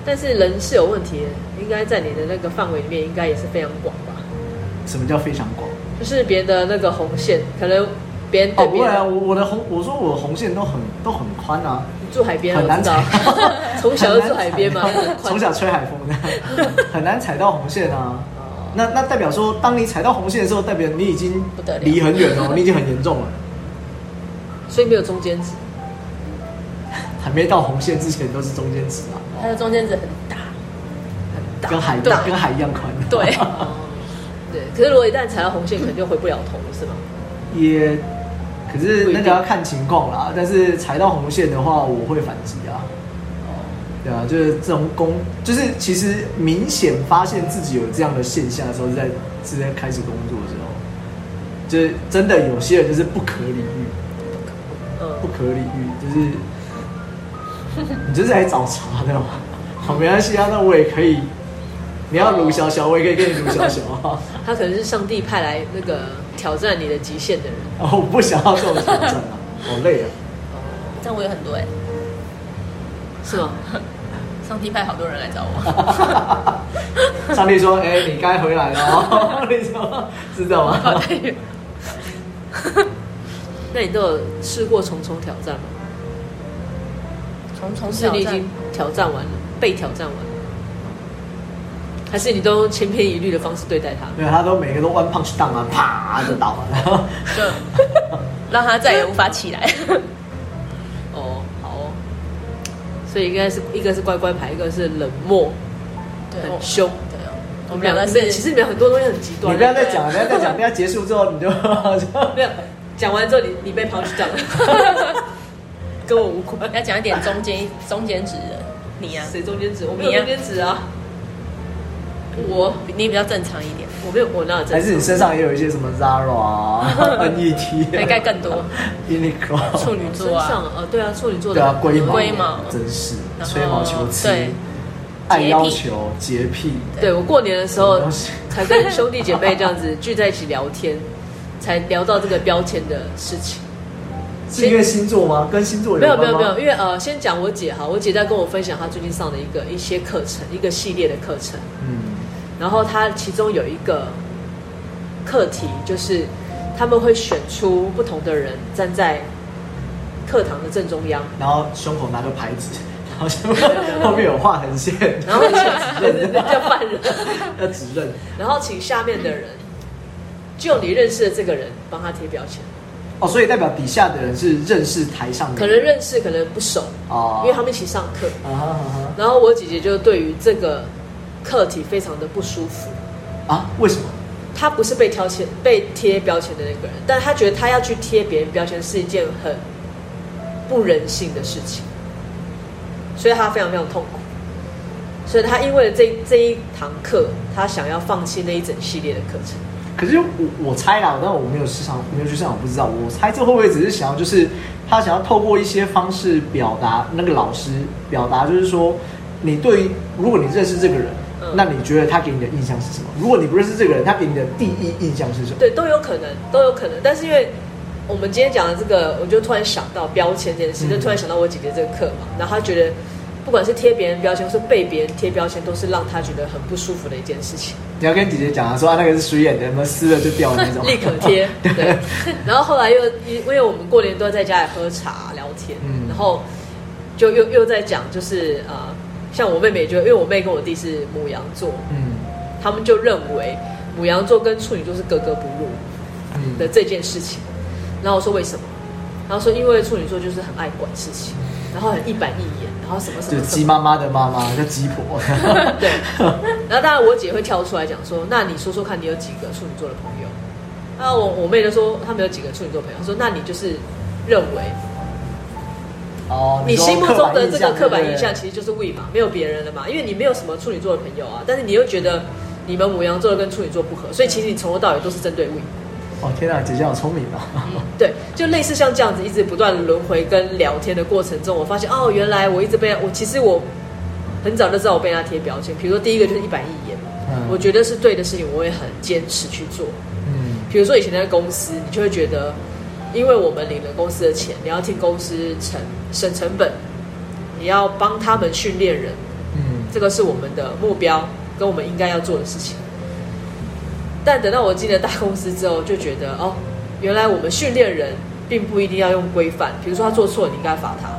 Speaker 3: 但是人是有问题的，应该在你的那个范围里面，应该也是非常广吧。
Speaker 2: 什么叫非常广？
Speaker 3: 就是别人的那个红线，可能别人
Speaker 2: 哦，
Speaker 3: 对
Speaker 2: 不
Speaker 3: 别
Speaker 2: 会啊，
Speaker 3: 人，
Speaker 2: 我我的红，我说我的红线都很都很宽啊，
Speaker 3: 你住海边，
Speaker 2: 很
Speaker 3: 我
Speaker 2: 难
Speaker 3: 知道，
Speaker 2: 踩，到
Speaker 3: 从小就住海边嘛
Speaker 2: 很难踩，到
Speaker 3: 宽
Speaker 2: 从小吹海风的，很难踩到红线啊。
Speaker 3: 哦
Speaker 2: 那那代表说，当你踩到红线的时候，代表你已经
Speaker 1: 不得了
Speaker 2: 离很远哦，你已经很严重了，
Speaker 3: 所以没有中间值。
Speaker 2: 还没到红线之前都是中间值啊，
Speaker 1: 它的中间值很大，
Speaker 3: 大
Speaker 2: 跟海
Speaker 1: 对
Speaker 2: 跟海一样宽。
Speaker 1: 对
Speaker 3: 对，可是如果一旦踩到红线，可能就回不了头了，是吗？
Speaker 2: 也可是
Speaker 3: 不一
Speaker 2: 那
Speaker 3: 定
Speaker 2: 个要看情况啦。但是踩到红线的话，我会反击啊。
Speaker 1: 哦
Speaker 2: 对啊，就是这种攻，就是其实明显发现自己有这样的现象的时候，是在是在开始工作的时候，就是真的有些人就是不可理喻，不
Speaker 3: 嗯，
Speaker 2: 可理喻，就是你就是来找茬的嘛。好，没关系啊，那我也可以。你要卢小小，我也可以跟你卢小小啊。
Speaker 3: 他可能是上帝派来那个挑战你的极限的人。
Speaker 2: 然啊后我不想要这种挑战啊，好累啊。
Speaker 1: 但我有很多哎、
Speaker 3: 是 吗？
Speaker 1: 上帝派好多人来找 我，
Speaker 2: 啊上帝说：“哎、你该回来了哦。”你说知道吗？
Speaker 3: 那你都有试过重重挑战吗？
Speaker 1: 从从
Speaker 3: 是
Speaker 1: 挑
Speaker 3: 你已
Speaker 1: 战
Speaker 3: 经挑战完了，被挑战完了，还是你都千篇一律的方式对待他？
Speaker 2: 没有，他都每个都 one punch down 啊，啪就倒了。然 后
Speaker 1: 就让他再也无法起 来。
Speaker 3: 哦，好哦。所以应该是一个是乖乖牌，一个是冷漠、
Speaker 1: 对，
Speaker 3: 很
Speaker 1: 我
Speaker 3: 凶。啊
Speaker 1: 对哦，我们两个是
Speaker 3: 其实你们很多东西很极端。
Speaker 2: 你不要再讲了，不要再讲，等一下结束之后你就
Speaker 3: 没有讲完之后你，你被抛弃掉 了，跟我无 关。
Speaker 1: 要讲一点中间中间值的，你呀、
Speaker 3: 谁中间值？我没
Speaker 1: 你
Speaker 3: 有
Speaker 1: 啊
Speaker 3: 中间值啊。我
Speaker 1: 你比较正常一点，
Speaker 3: 我没有，我哪有
Speaker 2: 还
Speaker 3: 真
Speaker 2: 是你身上也有一些什么 Zara 啊、NET 啊、
Speaker 1: 应该更多处
Speaker 2: Uniqlo，
Speaker 1: 女
Speaker 3: 身
Speaker 1: 座啊
Speaker 3: 上，呃，对啊，处女座的
Speaker 2: 对啊，龟毛，
Speaker 1: 龟毛
Speaker 2: 真是
Speaker 1: 然后
Speaker 2: 吹毛求疵，
Speaker 1: 对，
Speaker 2: 爱要求洁癖，
Speaker 3: 对我过年的时候
Speaker 2: 什么东西
Speaker 3: 才跟兄弟姐妹这样子聚在一起聊天，才聊到这个标签的事情。
Speaker 2: 是因为星座吗？跟星座
Speaker 3: 没有
Speaker 2: 关
Speaker 3: 没
Speaker 2: 吗
Speaker 3: 有没有，因为呃，先讲我姐哈，我姐在跟我分享她最近上的一个一些课程，一个系列的课程。
Speaker 2: 嗯，
Speaker 3: 然后它其中有一个课题，就是他们会选出不同的人站在课堂的正中央，
Speaker 2: 然后胸口拿个牌子，然后胸口后面有画横线，
Speaker 3: 然后对对对，叫犯人，
Speaker 2: 要指认。
Speaker 3: 然后请下面的人就你认识的这个人帮他贴标签，
Speaker 2: 哦，所以代表底下的人是认识台上的
Speaker 3: 可能认识，可能不熟，
Speaker 2: 哦，
Speaker 3: 因为他们一起上课。
Speaker 2: 啊哈啊
Speaker 3: 然后我姐姐就对于这个课题非常的不舒服，
Speaker 2: 哈啊，为什么？
Speaker 3: 她不是被挑签、被贴标签的那个人，但她觉得她要去贴别人标签是一件很不人性的事情，所以她非常非常痛苦。所以她因为这这一堂课，她想要放弃那一整系列的课程。
Speaker 2: 可是我我猜啦，但我没有市场，没有去市场，我不知道。我猜这会不会只是想要，就是他想要透过一些方式表达那个老师表达，就是说你对于如果你认识这个人，
Speaker 3: 嗯
Speaker 2: 那你觉得他给你的印象是什么？如果你不认识这个人，他给你的第一印象是什么？
Speaker 3: 对，都有可能，都有可能。但是因为我们今天讲的这个，我就突然想到标签这件事，
Speaker 2: 嗯
Speaker 3: 就突然想到我姐姐这个课嘛，然后她觉得，不管是贴别人标签，或是被别人贴标签，都是让她觉得很不舒服的一件事情，
Speaker 2: 你要跟姐姐讲啊，说啊那个是水眼的，什么撕了就掉 的那种，
Speaker 3: 立刻 贴。对，然后后来又因为我们过年都在家里喝茶聊天，
Speaker 2: 嗯
Speaker 3: 然后就又又在讲，就是呃，像我妹妹就因为我妹跟我弟是母羊座，
Speaker 2: 嗯
Speaker 3: 他们就认为母羊座跟处女座是格格不入。的
Speaker 2: 嗯，
Speaker 3: 这件事情。然后我说为什么？然后说因为处女座就是很爱管事情，然后很一板一眼，然后什么什
Speaker 2: 就
Speaker 3: 么什
Speaker 2: 鸡
Speaker 3: 么，
Speaker 2: 妈妈的妈妈叫鸡婆，
Speaker 3: 对。然后当然我姐会跳出来讲说，那你说说看你有几个处女座的朋友？那我我妹就说她们有几个处女座朋友，她说那你就是认为
Speaker 2: 哦，
Speaker 3: 你
Speaker 2: 说
Speaker 3: 心目
Speaker 2: 刻
Speaker 3: 中
Speaker 2: 板
Speaker 3: 的
Speaker 2: 印
Speaker 3: 这
Speaker 2: 象
Speaker 3: 个刻板
Speaker 2: 对
Speaker 3: 印
Speaker 2: 不对
Speaker 3: 象其实就是 we 嘛，没有别人了嘛，因为你没有什么处女座的朋友啊，但是你又觉得你们母羊座跟处女座不合，所以其实你从头到尾都是针对 we。
Speaker 2: 哦，天哪，姐姐好聪明哦！
Speaker 3: 对，就类似像这样子，一直不断轮回跟聊天的过程中，我发现哦，原来我一直被我其实我很早就知道我被人家贴标签，比如说第一个就是一板一眼，
Speaker 2: 嗯
Speaker 3: 我觉得是对的事情，我会很坚持去做。
Speaker 2: 嗯，
Speaker 3: 比如说以前在公司，你就会觉得，因为我们领了公司的钱，你要替公司成省成本，你要帮他们训练人，
Speaker 2: 嗯
Speaker 3: 这个是我们的目标跟我们应该要做的事情。但等到我进了大公司之后，就觉得哦，原来我们训练人并不一定要用规范，比如说他做错，你应该罚他，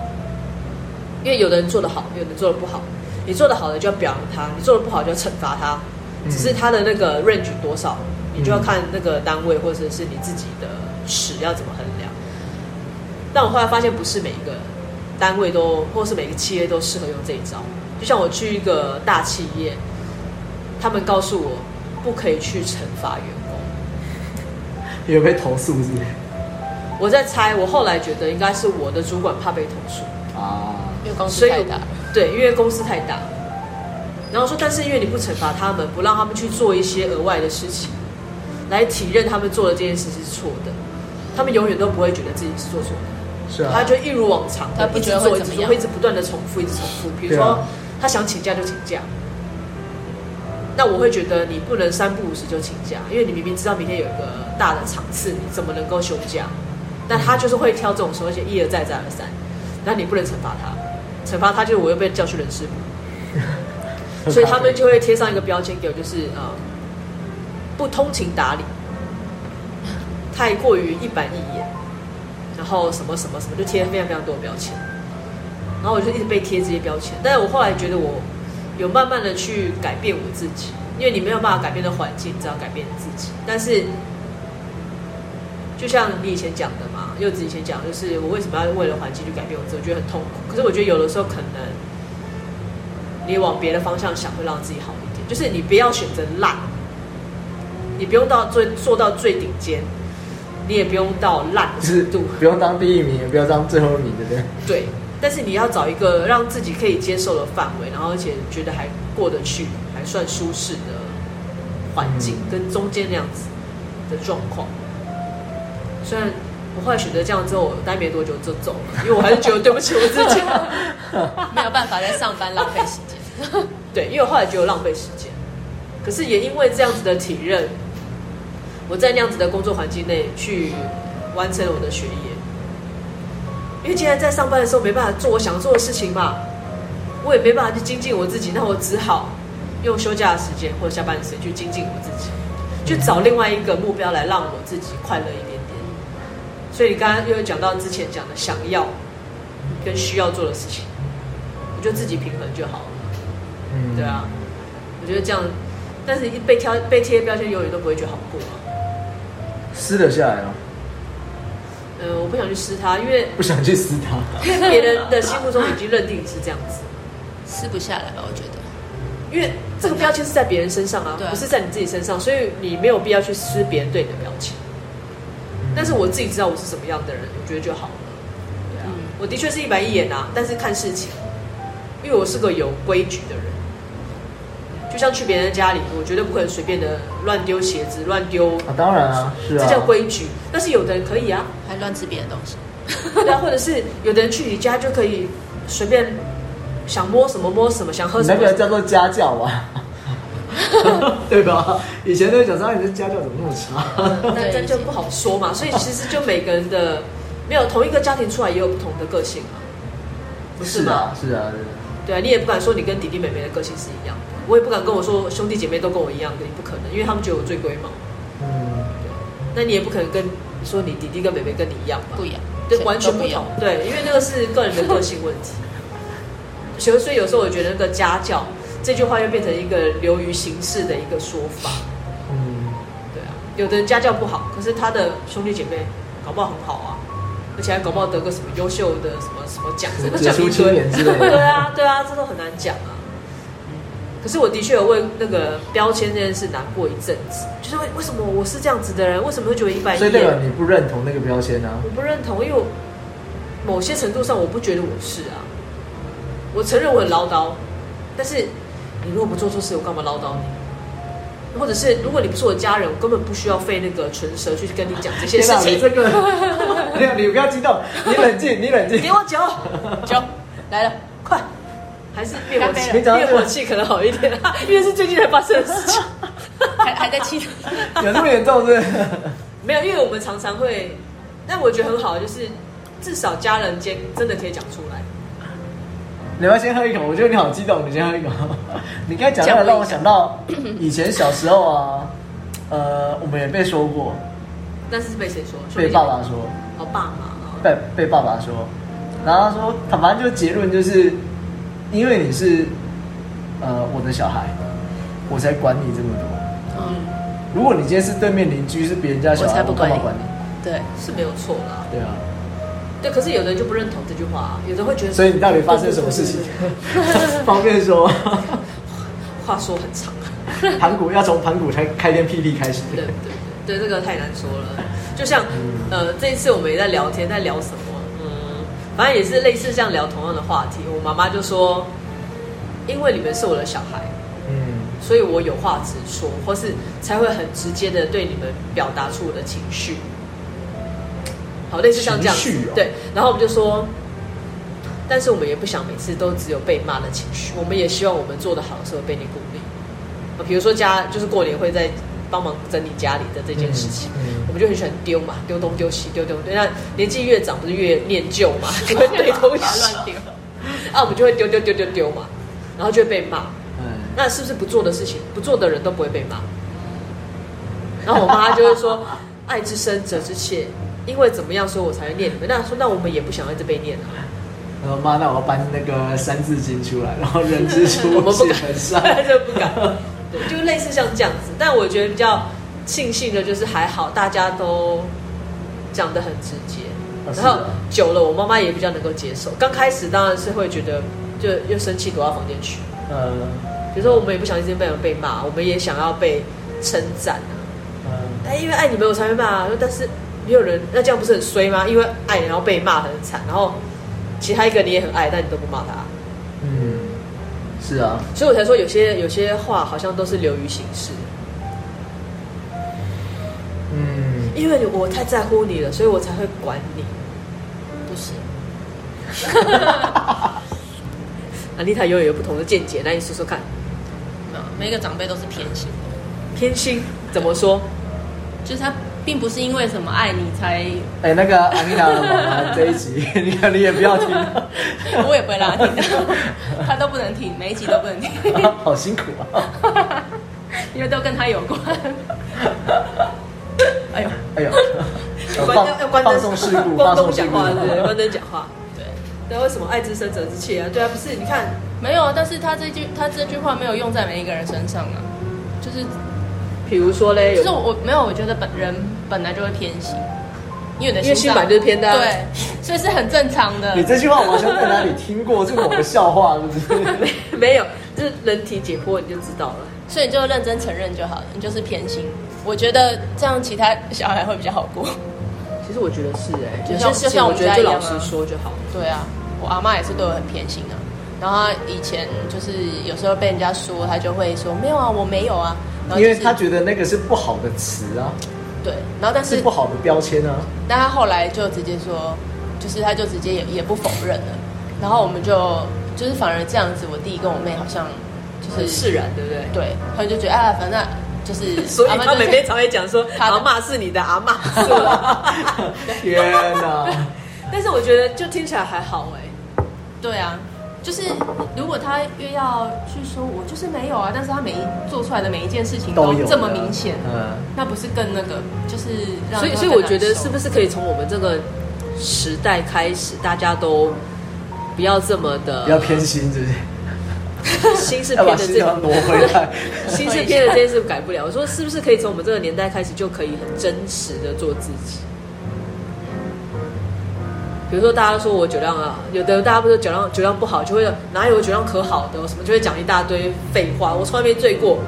Speaker 3: 因为有的人做得好，有的人做得不好，你做得好的就要表扬他，你做得不好就要惩罚他，
Speaker 2: 嗯
Speaker 3: 只是他的那个 range 多少，你就要
Speaker 2: 嗯
Speaker 3: 看那个单位或者是你自己的尺要怎么衡量。但我后来发现，不是每一个单位都，或是每个企业都适合用这一招。就像我去一个大企业，他们告诉我不可以去惩罚员工。
Speaker 2: 也有被投诉是不是
Speaker 3: 我在猜，我后来觉得应该是我的主管怕被投诉，
Speaker 2: 啊，
Speaker 1: 因为公司
Speaker 3: 所以
Speaker 1: 太大了，
Speaker 3: 对，因为公司太大。然后说，但是因为你不惩罚他们，不让他们去做一些额外的事情，来体认他们做的这件事是错的，他们永远都不会觉得自己是做错的。
Speaker 2: 是啊，
Speaker 3: 他就一如往常的，
Speaker 1: 他不
Speaker 3: 一直
Speaker 1: 觉得
Speaker 3: 做，
Speaker 1: 会
Speaker 3: 一直
Speaker 1: 怎么
Speaker 3: 做，
Speaker 1: 样
Speaker 3: 会一直不断的重复，一直重复。比如
Speaker 2: 对
Speaker 3: 说
Speaker 2: 啊，
Speaker 3: 他想请假就请假，那我会觉得你不能三不五时就请假，因为你明明知道明天有一个大的场次，你怎么能够休假？但他就是会挑这种时候，而且一而再，再而三。那你不能惩罚他，惩罚他就是我又被叫去人事部， 所以他们就会贴上一个标签给我，就是呃不通情达理，太过于一板一眼，然后什么什么什么就贴非常非常多的标签，然后我就一直被贴这些标签，但是我后来觉得我有慢慢的去改变我自己，因为你没有办法改变的环境，只要改变你自己，但是。就像你以前讲的嘛，柚子以前讲，就是我为什么要为了环境去改变我自己，我觉得很痛苦。可是我觉得有的时候可能你往别的方向想，会让自己好一点。就是你不要选择烂，你不用到最做到最顶尖，你也不用到烂的
Speaker 2: 就是
Speaker 3: 程度。
Speaker 2: 不用当第一名，也不要当最后一名，对不对？
Speaker 3: 对，但是你要找一个让自己可以接受的范围，然后而且觉得还过得去，还算舒适的环境，
Speaker 2: 嗯
Speaker 3: 跟中间那样子的状况。虽然我后来选择这样之后，我待没多久就走了，因为我还是觉得对不起我自己。
Speaker 1: 没有办法在上班浪费时间。
Speaker 3: 对，因为我后来觉得我浪费时间，可是也因为这样子的体认，我在那样子的工作环境内去完成了我的学业。因为既然在上班的时候没办法做我想做的事情嘛，我也没办法去精进我自己，那我只好用休假的时间或者下班的时间去精进我自己，去找另外一个目标来让我自己快乐一点点。所以你刚刚又讲到之前讲的想要跟需要做的事情，我就自己平衡就好了。
Speaker 2: 嗯
Speaker 3: 对，啊，我觉得这样，但是一被挑被贴标签，永远都不会觉得好过啊。
Speaker 2: 撕得下来了，
Speaker 3: 呃，我不想去撕它，因为
Speaker 2: 不想去撕它。
Speaker 3: 因为别人的心目中已经认定你是这样子，
Speaker 1: 撕不下来吧？我觉得
Speaker 3: 因为这个标签是在别人身上啊
Speaker 1: 对，啊
Speaker 3: 不是在你自己身上，所以你没有必要去撕别人对你的标签。但是我自己知道我是什么样的人，我觉得就好了。对啊，
Speaker 1: 嗯
Speaker 3: 我的确是一板一眼啊，但是看事情，因为我是个有规矩的人。就像去别人家里，我绝对不可能随便的乱丢鞋子、乱丢
Speaker 2: 啊，当然啊，是啊，
Speaker 3: 这叫规矩。但是有的人可以啊，
Speaker 1: 还乱吃别人东西，
Speaker 3: 对啊，或者是有的人去你家就可以随便想摸什么摸什么，想喝
Speaker 2: 你
Speaker 3: 什
Speaker 2: 那个
Speaker 3: 么。
Speaker 2: 叫做家教 吧，对吧？以前都会讲说，啊你的家教怎么那么差？
Speaker 3: 但但就不好说 嘛，所以其实就每个人的没有同一个家庭出来也有不同的个性嘛，不是吗
Speaker 2: 啊？，是啊，对啊
Speaker 3: 对啊，你也不敢说你跟弟弟妹妹的个性是一样的，我也不敢跟我说兄弟姐妹都跟我一样的，也不可能，因为他们觉得我最龟毛。
Speaker 2: 嗯，
Speaker 3: 那你也不可能跟说你弟弟跟妹妹跟你一样吧？
Speaker 1: 不一样，
Speaker 3: 对，完全
Speaker 1: 都
Speaker 3: 不
Speaker 1: 一样
Speaker 3: 同。。对，因为那个是个人的个性问题。所以，所以有时候我觉得那个家教这句话又变成一个流于形式的一个说法。
Speaker 2: 嗯，
Speaker 3: 对啊，有的人家教不好，可是他的兄弟姐妹搞不好很好啊。而且还搞不好得个什么优秀的什么什么奖，
Speaker 2: 什
Speaker 3: 什
Speaker 2: 么
Speaker 3: 么
Speaker 2: 杰
Speaker 3: 奖
Speaker 2: 出
Speaker 3: 一
Speaker 2: 青
Speaker 3: 堆
Speaker 2: 年之类的
Speaker 3: 对啊，对啊，这都很难讲啊。可是我的确有为那个标签这件事难过一阵子，就是为为什么我是这样子的人，为什么会觉得一板一
Speaker 2: 所以代表
Speaker 3: 眼？
Speaker 2: 你不认同那个标签啊？
Speaker 3: 我不认同，因为我某些程度上我不觉得我是啊。我承认我很唠叨，但是你如果不做错事，我干嘛唠叨你？或者是如果你不是我家人，我根本不需要费那个唇舌去跟你讲这些
Speaker 2: 天
Speaker 3: 事
Speaker 2: 哪，你
Speaker 3: 情。
Speaker 2: 这个， 哎呀，你不要激动，你冷静，你冷静
Speaker 3: 给。我酒，
Speaker 1: 酒来了，
Speaker 3: 快！还是灭火器
Speaker 1: 干杯，
Speaker 2: 了
Speaker 3: 灭火器可能好一点，啊因为是最近才发生的事情。
Speaker 1: 还还在气。
Speaker 2: 有这么严重是不是？
Speaker 3: 没有，因为我们常常会，但我觉得很好，就是至少家人间真的可以讲出来。
Speaker 2: 你要不要先喝一口，我觉得你好激动，你先喝一口。 你刚才讲那个让我想到以前小时候啊，呃，我们也被说过，
Speaker 3: 但是被谁说？
Speaker 2: 被爸爸说，
Speaker 3: 哦，爸妈。
Speaker 2: 被被爸爸说，然后他说，他反正就结论就是，因为你是呃我的小孩，我才管你这么多。
Speaker 1: 嗯，
Speaker 2: 如果你今天是对面邻居，是别人家小
Speaker 1: 我
Speaker 2: 孩，
Speaker 1: 才
Speaker 2: 我
Speaker 1: 不
Speaker 2: 干
Speaker 1: 管
Speaker 2: 嘛
Speaker 1: 你
Speaker 2: 管你？
Speaker 1: 对，
Speaker 3: 是没有错啦，
Speaker 2: 对啊，
Speaker 3: 对。可是有的人就不认同这句话、啊，有的会觉得。
Speaker 2: 所以你到底发生什么事情
Speaker 3: 对？对对？
Speaker 2: 方便说，
Speaker 3: 话说很长，
Speaker 2: 盘古要从盘古开开天辟地开始。
Speaker 3: 对对对对，这个太难说了。就像呃，这一次我们也在聊天，在聊什么？嗯，反正也是类似这样聊同样的话题。我妈妈就说，因为你们是我的小孩，
Speaker 2: 嗯，
Speaker 3: 所以我有话直说，或是才会很直接的对你们表达出我的情绪。好，类似像这样子
Speaker 2: 情绪哦
Speaker 3: 对。然后我们就说，但是我们也不想每次都只有被骂的情绪，我们也希望我们做的好的时候被你鼓励。呃比如说家就是过年会在帮忙整理家里的这件事情，
Speaker 2: 嗯嗯
Speaker 3: 我们就很喜欢丢嘛，丢东丢西，丢丢丢。那年纪越长，不是越念旧嘛， 就会对东
Speaker 1: 不要
Speaker 3: 西
Speaker 1: 乱丢。
Speaker 3: 啊，我们就会丢丢丢丢丢嘛，然后就会被骂。
Speaker 2: 嗯。
Speaker 3: 那是不是不做的事情，不做的人都不会被骂？然后我妈就会说：“ 爱之深，责之切。”因为怎么样，所以我才会念你们。那说那我们也不想要一直被念啊，
Speaker 2: 然后妈，那我要搬那个三字经出来，然后人 之
Speaker 3: 我
Speaker 2: 初
Speaker 3: 们不
Speaker 2: 性
Speaker 3: 敢
Speaker 2: 本善。
Speaker 3: 就不敢。对，就类似像这样子。但我觉得比较庆幸的就是还好，大家都讲得很直接。
Speaker 2: 啊是
Speaker 3: 然后
Speaker 2: 的
Speaker 3: 久了，我妈妈也比较能够接受。刚开始当然是会觉得就又生气，躲到房间去。
Speaker 2: 呃
Speaker 3: 比如说，我们也不想一直被人被骂，我们也想要被称赞啊。
Speaker 2: 呃，
Speaker 3: 哎，因为爱你们我才会骂、啊，但是没有人，那这样不是很衰吗？因为爱然后被骂很惨，然后其他一个你也很爱，但你都不骂他，
Speaker 2: 嗯，是啊，
Speaker 3: 所以我才说有些有些话好像都是流于形式，
Speaker 2: 嗯，
Speaker 3: 因为我太在乎你了，所以我才会管你。
Speaker 1: 不是，
Speaker 3: 安丽塔永远有不同的见解，那你说说看，
Speaker 1: 没有，每一个长辈都是偏心的，
Speaker 3: 偏心怎么说？
Speaker 1: 就是他并不是因为什么爱你才，
Speaker 2: 哎、那个阿米娜的妈妈这一集， 你看你也不要听，
Speaker 1: 我也不会让他听的，他都不能听，每一集都不能听，
Speaker 2: 好辛苦啊！
Speaker 1: 因为都跟他有关。哎呦，
Speaker 2: 哎呦，呃
Speaker 3: 关要
Speaker 2: 放
Speaker 3: 关灯
Speaker 2: 放送事 故，
Speaker 3: 关
Speaker 2: 放
Speaker 3: 灯
Speaker 2: 送事
Speaker 3: 讲
Speaker 2: 故
Speaker 3: 话，对不对？关灯讲话，
Speaker 1: 对，
Speaker 3: 对，为什么爱之深责之切啊？对啊，不是你看，
Speaker 1: 没有，啊但是他这句他这句话没有用在每一个人身上啊，就是
Speaker 3: 比如说嘞，
Speaker 1: 就是
Speaker 3: 有
Speaker 1: 我没有，我觉得本人本来就会偏心，因为你的
Speaker 3: 因为心
Speaker 1: 心
Speaker 3: 本来就是偏的啊
Speaker 1: 对，所以是很正常的。
Speaker 2: 你这句话我好像在哪里听过，这个我的笑话是不是？
Speaker 3: 没有？就是人体解剖你就知道了。
Speaker 1: 所以你就认真承认就好了，你就是偏心。我觉得这样其他小孩会比较好过。
Speaker 3: 其实我觉得是哎、
Speaker 1: 就
Speaker 3: 就
Speaker 1: 像
Speaker 3: 像
Speaker 1: 就像我
Speaker 3: 我
Speaker 1: 们
Speaker 3: 觉得
Speaker 1: 家
Speaker 3: 就
Speaker 1: 一样
Speaker 3: 老
Speaker 1: 啊
Speaker 3: 实说就好了。
Speaker 1: 对啊，我阿妈也是对我很偏心啊。然后她以前就是有时候被人家说，她就会说没有啊，我没有啊。然后
Speaker 2: 因
Speaker 1: 就是
Speaker 2: 为他觉得那个是不好的词啊，
Speaker 1: 对，然后但
Speaker 2: 是
Speaker 1: 是
Speaker 2: 不好的标签 啊。
Speaker 1: 但她后来就直接说，就是她就直接也也不否认了。然后我们就就是反而这样子，我弟跟我妹好像就
Speaker 3: 很
Speaker 1: 是
Speaker 3: 释然，对不对？
Speaker 1: 对，他们就觉得啊，反正 就是
Speaker 3: 所以
Speaker 1: 阿嬷
Speaker 3: 他
Speaker 1: 就
Speaker 3: 每天才会讲说，
Speaker 1: 他的
Speaker 3: 阿嬷是你的，阿 嬷是我的。
Speaker 2: 天哪！
Speaker 3: 但是我觉得就听起来还好哎、
Speaker 1: 对啊，就是如果他越要去说我就是没有啊，但是他每一做出来的每一件事情
Speaker 2: 都
Speaker 1: 都
Speaker 2: 有
Speaker 1: 这么
Speaker 2: 的
Speaker 1: 明显，
Speaker 2: 嗯。
Speaker 1: 那不是更那个，就是让
Speaker 3: 所以，
Speaker 1: 他
Speaker 3: 所以
Speaker 1: 更
Speaker 3: 我觉得
Speaker 1: 难受
Speaker 3: 是不是可以从我们这个时代开始，大家都不要这么的
Speaker 2: 比较偏心，是不是？
Speaker 3: 心 是
Speaker 2: 要
Speaker 3: 偏
Speaker 2: 把
Speaker 3: 的
Speaker 2: 心
Speaker 3: 这
Speaker 2: 要
Speaker 3: 个
Speaker 2: 挪回来。
Speaker 3: 心是偏的这件事改不了。我说是不是可以从我们这个年代开始，就可以很真实的做自己？比如说大家说我酒量啊，有的大家不是酒量酒量不好，就会哪有我酒量可好的，我什么就会讲一大堆废话，我从来没醉过，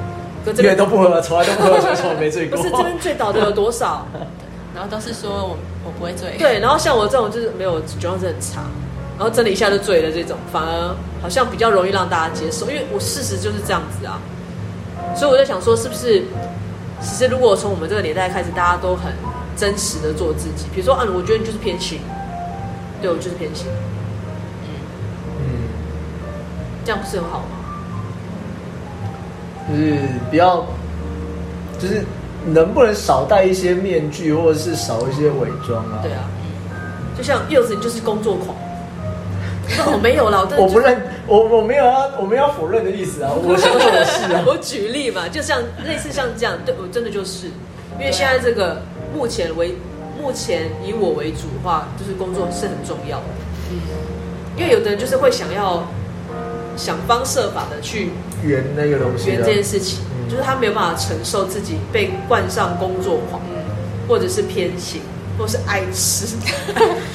Speaker 3: 可 这
Speaker 2: 因为
Speaker 3: 边
Speaker 2: 都不喝，从来都不喝，所以从来没醉
Speaker 3: 不
Speaker 2: 过。
Speaker 3: 是这边醉倒的有多少？
Speaker 1: 然后都是说我我不会醉，
Speaker 3: 对，然后像我这种就是没有酒量真的很差，然后真的一下就醉了这种，反而好像比较容易让大家接受，因为我事实就是这样子啊。所以我在想说，是不是其实如果从我们这个年代开始，大家都很真实的做自己，比如说啊，我觉得你就是偏心，对我就是偏心，
Speaker 2: 嗯，
Speaker 3: 这样不是很好吗？
Speaker 2: 就是不要，就是能不能少戴一些面具，或者是少一些伪装啊？
Speaker 3: 对，啊，就像柚子，你就是工作狂。 我、哦、没有啦，我真的
Speaker 2: 我
Speaker 3: 就。
Speaker 2: 不认，我我没有要，我没有要否认的意思啊，我承认我是啊
Speaker 3: 我举例嘛，就像类似像这样，对我真的就是，因为现在这个目前为目前以我为主的话，就是工作是很重要的。
Speaker 1: 嗯，
Speaker 3: 因为有的人就是会想要想方设法的去
Speaker 2: 圆那个东西、
Speaker 3: 圆
Speaker 2: 啊，
Speaker 3: 这件事情，
Speaker 2: 嗯
Speaker 3: 就是他没有办法承受自己被冠上工作狂，或者是偏心，或是爱吃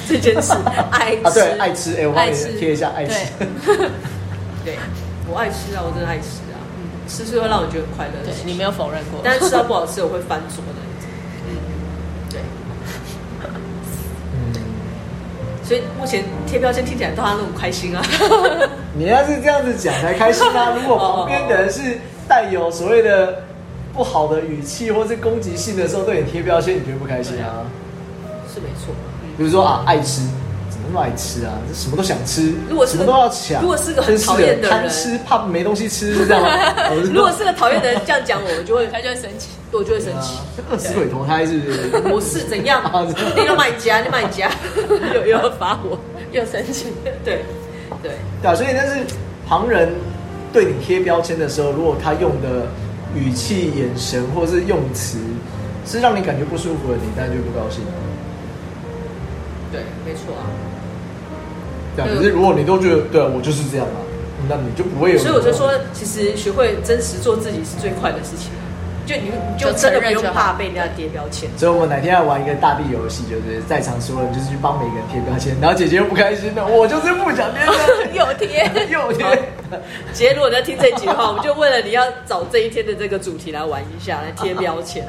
Speaker 3: 这件事，爱吃，
Speaker 2: 啊，对，爱吃，哎、我帮
Speaker 1: 爱吃
Speaker 2: 你贴一下爱吃。嗯
Speaker 3: 对我爱吃啊，我真的爱吃啊，
Speaker 1: 嗯
Speaker 3: 吃是会让我觉得很快乐的
Speaker 1: 对
Speaker 3: 事情，
Speaker 1: 你没有否认过，
Speaker 3: 但是吃到不好吃，我会翻桌的。对，
Speaker 2: 嗯，
Speaker 3: 所以目前贴标签听起来都他那种开心啊，
Speaker 2: 你要是这样子讲才开心
Speaker 3: 哦
Speaker 2: 啊！如果旁边的人是带有所谓的不好的语气或是攻击性的时候对你贴标签，你觉得不开心啊？
Speaker 3: 是没错。
Speaker 2: 比如说啊，爱吃，怎么那么爱吃啊？这什么都想吃，
Speaker 3: 如果是
Speaker 2: 什
Speaker 3: 个
Speaker 2: 么都要抢，
Speaker 3: 如果是个很讨厌的人？
Speaker 2: 真是贪吃怕没东西吃，是这样吗嗯
Speaker 3: 如果是个讨厌的人这样讲我，我就会，
Speaker 1: 他就会生气。
Speaker 3: 我就会生
Speaker 2: 对啊
Speaker 3: 气。
Speaker 2: 饿死鬼投胎是不是？
Speaker 3: 我是怎样
Speaker 2: 啊是？
Speaker 3: 你要买家，你买家，又又要罚我，
Speaker 1: 又生气，
Speaker 3: 对对，
Speaker 2: 对啊，所以但是旁人对你贴标签的时候，如果他用的语气、眼神或是用词是让你感觉不舒服的，你当然就不高兴了。
Speaker 3: 对，没错啊。
Speaker 2: 对啊，
Speaker 3: 嗯
Speaker 2: 可是如果你都觉得对啊、我就是这样啊，那你就不会有。
Speaker 3: 所以我就说，其实学会真实做自己是最快的事情。就你你就
Speaker 1: 就
Speaker 3: 真
Speaker 1: 承
Speaker 3: 的不
Speaker 1: 认
Speaker 3: 用
Speaker 1: 就好
Speaker 3: 怕被人家贴标签。
Speaker 2: 所以我们哪天要玩一个大地游戏，就是在场所有人就是去帮每个人贴标签，然后姐姐又不开心了，我就是不想 贴标签，
Speaker 1: 又贴，
Speaker 2: 又贴。
Speaker 3: 杰如果你在听这一集的话，我们就为了你要找这一天的这个主题来玩一下，来贴标 签。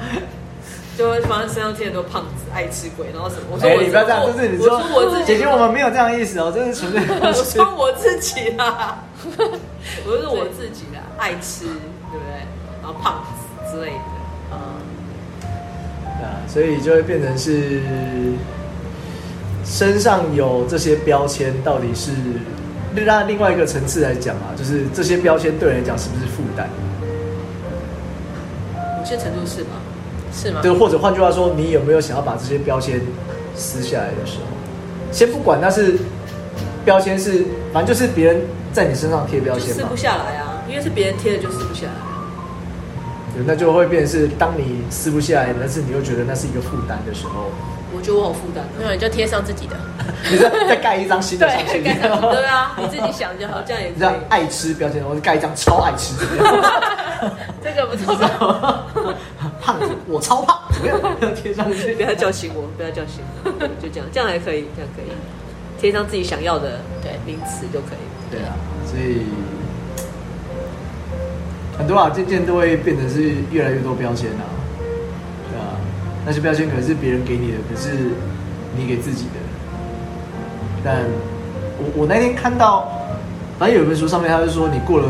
Speaker 3: 就会发现身上贴很多胖子、爱吃鬼，然后什么？我说
Speaker 2: 哎
Speaker 3: 我、，
Speaker 2: 你不要这样，就是你
Speaker 3: 我说我自己，
Speaker 2: 姐姐，我们没有这样的意思哦，真是纯粹。
Speaker 3: 我说我自己啦， 我是我自己啦，爱吃，对不对？然后胖子之类的，
Speaker 2: 啊，所以就会变成是身上有这些标签，到底是那另外一个层次来讲啊，就是这些标签对人来讲是不是负担？
Speaker 3: 某些程度是吧？
Speaker 1: 是吗？
Speaker 2: 对，或者换句话说，你有没有想要把这些标签撕下来的时候？先不管那是标签是，反正就是别人在你身上贴标
Speaker 3: 就
Speaker 2: 签
Speaker 3: 撕
Speaker 2: 嘛
Speaker 3: 不，下来啊，因为是别人贴的，就撕不下来。啊
Speaker 2: 对那就会变成是，当你撕不下来，但是你又觉得那是一个负担的时候，
Speaker 3: 我觉得我好负担啊
Speaker 1: 没有，你就贴上自己的，
Speaker 2: 你再再盖一张新的上去，
Speaker 3: 对盖上
Speaker 1: 对啊，你自己想就好
Speaker 3: 啊，，这样也
Speaker 2: 你
Speaker 3: 可
Speaker 2: 这样
Speaker 3: 以。
Speaker 2: 爱吃标签，我盖一张超爱吃的。
Speaker 1: 这个不 错吧？
Speaker 2: 胖子，我超胖，不要贴上去
Speaker 3: 不。要叫醒我，不要叫醒我， 就这样，这样还可以，这样可以，贴上自己想要的
Speaker 1: 对
Speaker 3: 名词就可以。
Speaker 2: 对啊，所以很多啊，渐渐都会变成是越来越多标签啊。对啊，那些标签可能是别人给你的，可是你给自己的。但我我那天看到，反正有一本书上面，他就说你过了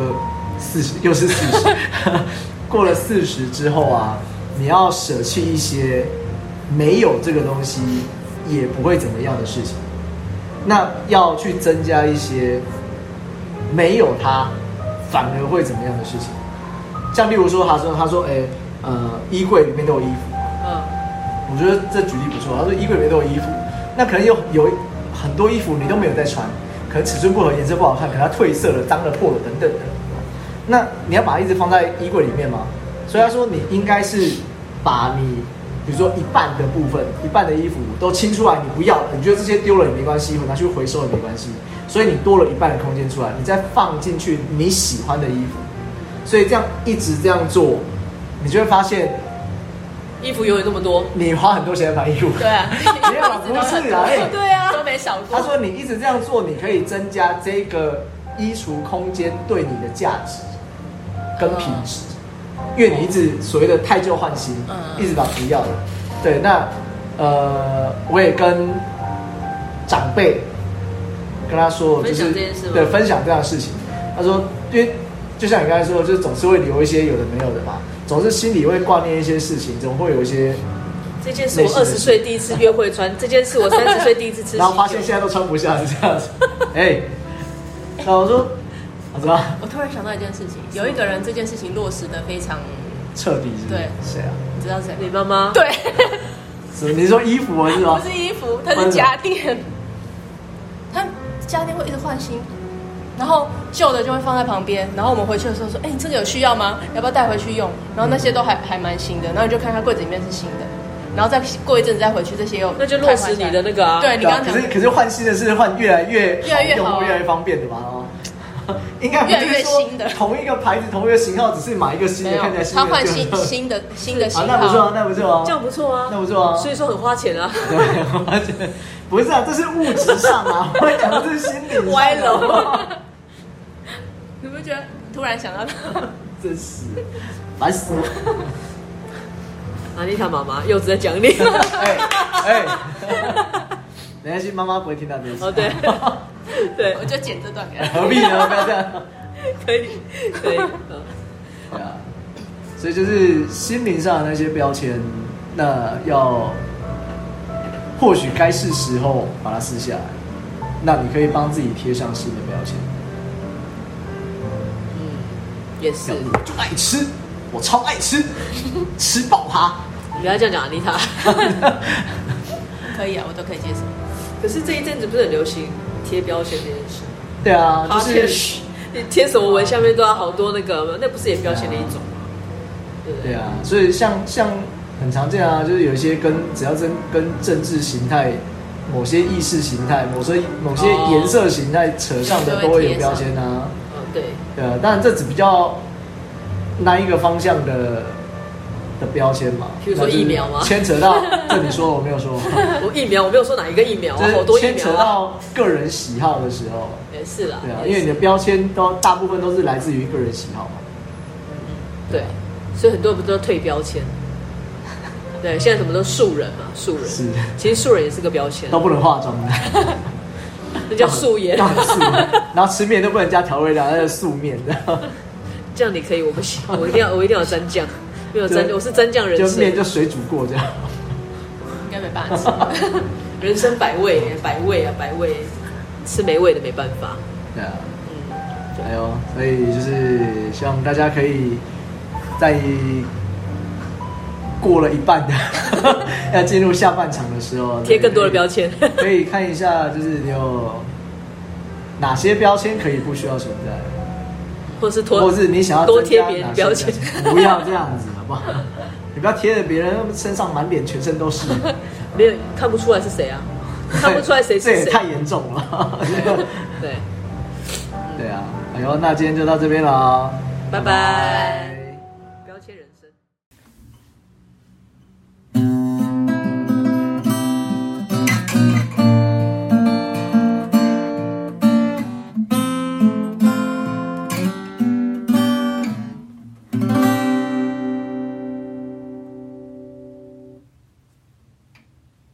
Speaker 2: 四十，又是四十， 过了四十之后啊，你要舍弃一些没有这个东西也不会怎么样的事情，那要去增加一些没有它反而会怎么样的事情。像例如说，他说他说，哎、呃，衣柜里面都有衣服，
Speaker 3: 嗯，
Speaker 2: 我觉得这举例不错。他说衣柜里面都有衣服，那可能有有很多衣服你都没有在穿，可能尺寸不合、颜色不好看，可能它褪色了、脏了、破了等等的。那你要把它一直放在衣柜里面吗？所以他说你应该是把你，比如说一半的部分、一半的衣服都清出来，你不要了，你觉得这些丢了也没关系，拿去回收也没关系，所以你多了一半的空间出来，你再放进去你喜欢的衣服。所以这样一直这样做，你就会发现
Speaker 3: 衣服永远那么多。
Speaker 2: 你花很多钱买衣服。
Speaker 1: 对啊，
Speaker 2: 没有啊，不是啊，哎、
Speaker 3: 对啊，
Speaker 1: 都没没少过。
Speaker 2: 他说你一直这样做，你可以增加这个衣橱空间对你的价值跟品质，
Speaker 3: 嗯
Speaker 2: 因为你一直所谓的太旧换新，
Speaker 1: 嗯嗯
Speaker 2: 一直把不要的。对，那呃，我也跟长辈跟他说，就
Speaker 3: 分享
Speaker 2: 是
Speaker 3: 这件事吗
Speaker 2: 对分享这样的事情。他说，因为就像你刚才说的，就是总是会留一些有的没有的嘛，总是心里会挂念一些事情，总会有一些，
Speaker 3: 这件事我二十岁第一次约会穿，这件事我三十岁第一次吃喜
Speaker 2: 然后发
Speaker 3: 酒
Speaker 2: 现。现在都穿不下是这 样子。哎，那我说，我知道。
Speaker 1: 我突然想到一件事情，有一个人这件事情落实的非常，
Speaker 2: 彻底是不是
Speaker 1: 对
Speaker 2: 谁啊？
Speaker 1: 你知道谁吗？
Speaker 3: 你妈 妈，
Speaker 1: 对，
Speaker 2: 什么？你说衣服啊是
Speaker 1: 不
Speaker 2: 吗？
Speaker 1: 是衣服，它是家电。它家电会一直换新，然后旧的就会放在旁边，然后我们回去的时候说：“哎、你这个有需要吗？要不要带回去用？”然后那些都还还蛮新的，然后你就看它柜子里面是新的，然后再过一阵子再回去，这些又
Speaker 3: 那就落实你的那个啊。
Speaker 1: 对你刚刚
Speaker 2: 可
Speaker 1: 讲
Speaker 2: 是可是换新的是换越来越
Speaker 1: 越来越
Speaker 2: 用
Speaker 1: 好
Speaker 2: 户
Speaker 1: 啊
Speaker 2: 越来越方便的吧？哦，应该不
Speaker 1: 越来越
Speaker 2: 是说
Speaker 1: 新的
Speaker 2: 同一个牌子同一个型号，只是买一个新
Speaker 1: 没
Speaker 2: 的，
Speaker 1: 有
Speaker 2: 看起来，新
Speaker 1: 它
Speaker 2: 的
Speaker 1: 换
Speaker 2: 就
Speaker 1: 新新的新的
Speaker 2: 啊
Speaker 1: 型，
Speaker 2: 那不错
Speaker 1: 号
Speaker 2: 啊，，那不错啊
Speaker 3: 这，样不错啊，
Speaker 2: 那不错啊
Speaker 3: 所以说很花钱啊，
Speaker 2: 对，而且不是啊，这是物质上啊，我讲的是心理上啊
Speaker 3: 歪楼，
Speaker 1: 你不觉得突然想到 它？
Speaker 2: 真是烦死了。
Speaker 3: 阿丽塔啊妈妈柚子在讲 你，
Speaker 2: 哎哎， 没关系，妈妈不会听到这些。
Speaker 3: 哦对对
Speaker 1: 我，就剪这段给他。
Speaker 2: 何必呢？不要这样。
Speaker 3: 可以可以，嗯
Speaker 2: 对啊，所以就是心灵上的那些标签，那要或许该是时候把它撕下来。那你可以帮自己贴上新的标签，
Speaker 3: 也是
Speaker 2: 像，我就爱吃，我超爱 吃，吃饱它。
Speaker 3: 你不要这样讲阿丽塔。
Speaker 1: 可以啊，我都可以接受。
Speaker 3: 可是这一阵子不是很流行贴标签这件事，
Speaker 2: 对啊，就
Speaker 3: 贴
Speaker 2: 是
Speaker 3: 你贴什么呃文下面都要好多那个，那不是也标签的一种吗？对不
Speaker 2: 对
Speaker 3: 对？
Speaker 2: 啊，所以像像很常见啊，就是有一些跟只要跟跟政治形态、某些意识形态、某些某些
Speaker 3: 哦
Speaker 2: 颜色形态扯上的，
Speaker 1: 就
Speaker 2: 都
Speaker 1: 会
Speaker 2: 会有
Speaker 1: 贴
Speaker 2: 标
Speaker 1: 上
Speaker 2: 签啊。
Speaker 3: 嗯，对，
Speaker 2: 对啊，当然这只比较那一个方向的的标签嘛，
Speaker 3: 比如说
Speaker 2: 那就是
Speaker 3: 疫苗吗
Speaker 2: 牵扯到这你说了我没有 说，
Speaker 3: 我疫苗我没有说哪一个疫 苗啊，好
Speaker 2: 就
Speaker 3: 多
Speaker 2: 是
Speaker 3: 疫
Speaker 2: 牵扯
Speaker 3: 苗啊，
Speaker 2: 到个人喜好的时候，
Speaker 3: 也是啦，
Speaker 2: 对啊，
Speaker 3: 也
Speaker 2: 因为
Speaker 3: 是
Speaker 2: 你的标签都大部分都是来自于个人喜好嘛，
Speaker 3: 对，所以很多人不都退标签？对，现在什么都素人嘛，素人
Speaker 2: 是
Speaker 3: 其实素人也是个标签，
Speaker 2: 都不能化妆的，
Speaker 3: 那叫素颜。
Speaker 2: 要很素颜，然后吃面都不能加调味料，那是素面 的，
Speaker 3: 这样你可以，我不行，我一定要，我一定要沾酱，没有沾，
Speaker 2: 就
Speaker 3: 我是沾酱人
Speaker 2: 就面
Speaker 3: 士，
Speaker 2: 就水煮过这样，
Speaker 1: 应该没办法吃。
Speaker 3: 人生百味，百味啊，百味，吃没味的没办法。
Speaker 2: 对啊。
Speaker 3: 嗯，
Speaker 2: 哎呦，所以就是希望大家可以在过了一半的 要进入下半场的时候，
Speaker 3: 贴更多的标签。
Speaker 2: 可以看一下，就是你有哪些标签可以不需要存在，
Speaker 3: 或是脱，
Speaker 2: 或是你想要
Speaker 3: 多
Speaker 2: 增
Speaker 3: 贴
Speaker 2: 加
Speaker 3: 别人
Speaker 2: 哪些
Speaker 3: 标签，
Speaker 2: 不要这样子，好不 好？你不要贴着别人身上满脸全身都 是，
Speaker 3: 没有看不出来是谁 啊， 看不出来谁
Speaker 2: 这也
Speaker 3: 是
Speaker 2: 这也太
Speaker 3: 谁。
Speaker 2: 严重 了。
Speaker 3: 对，
Speaker 2: 对啊，哎呦，那今天就到这边了哦，
Speaker 3: 拜拜。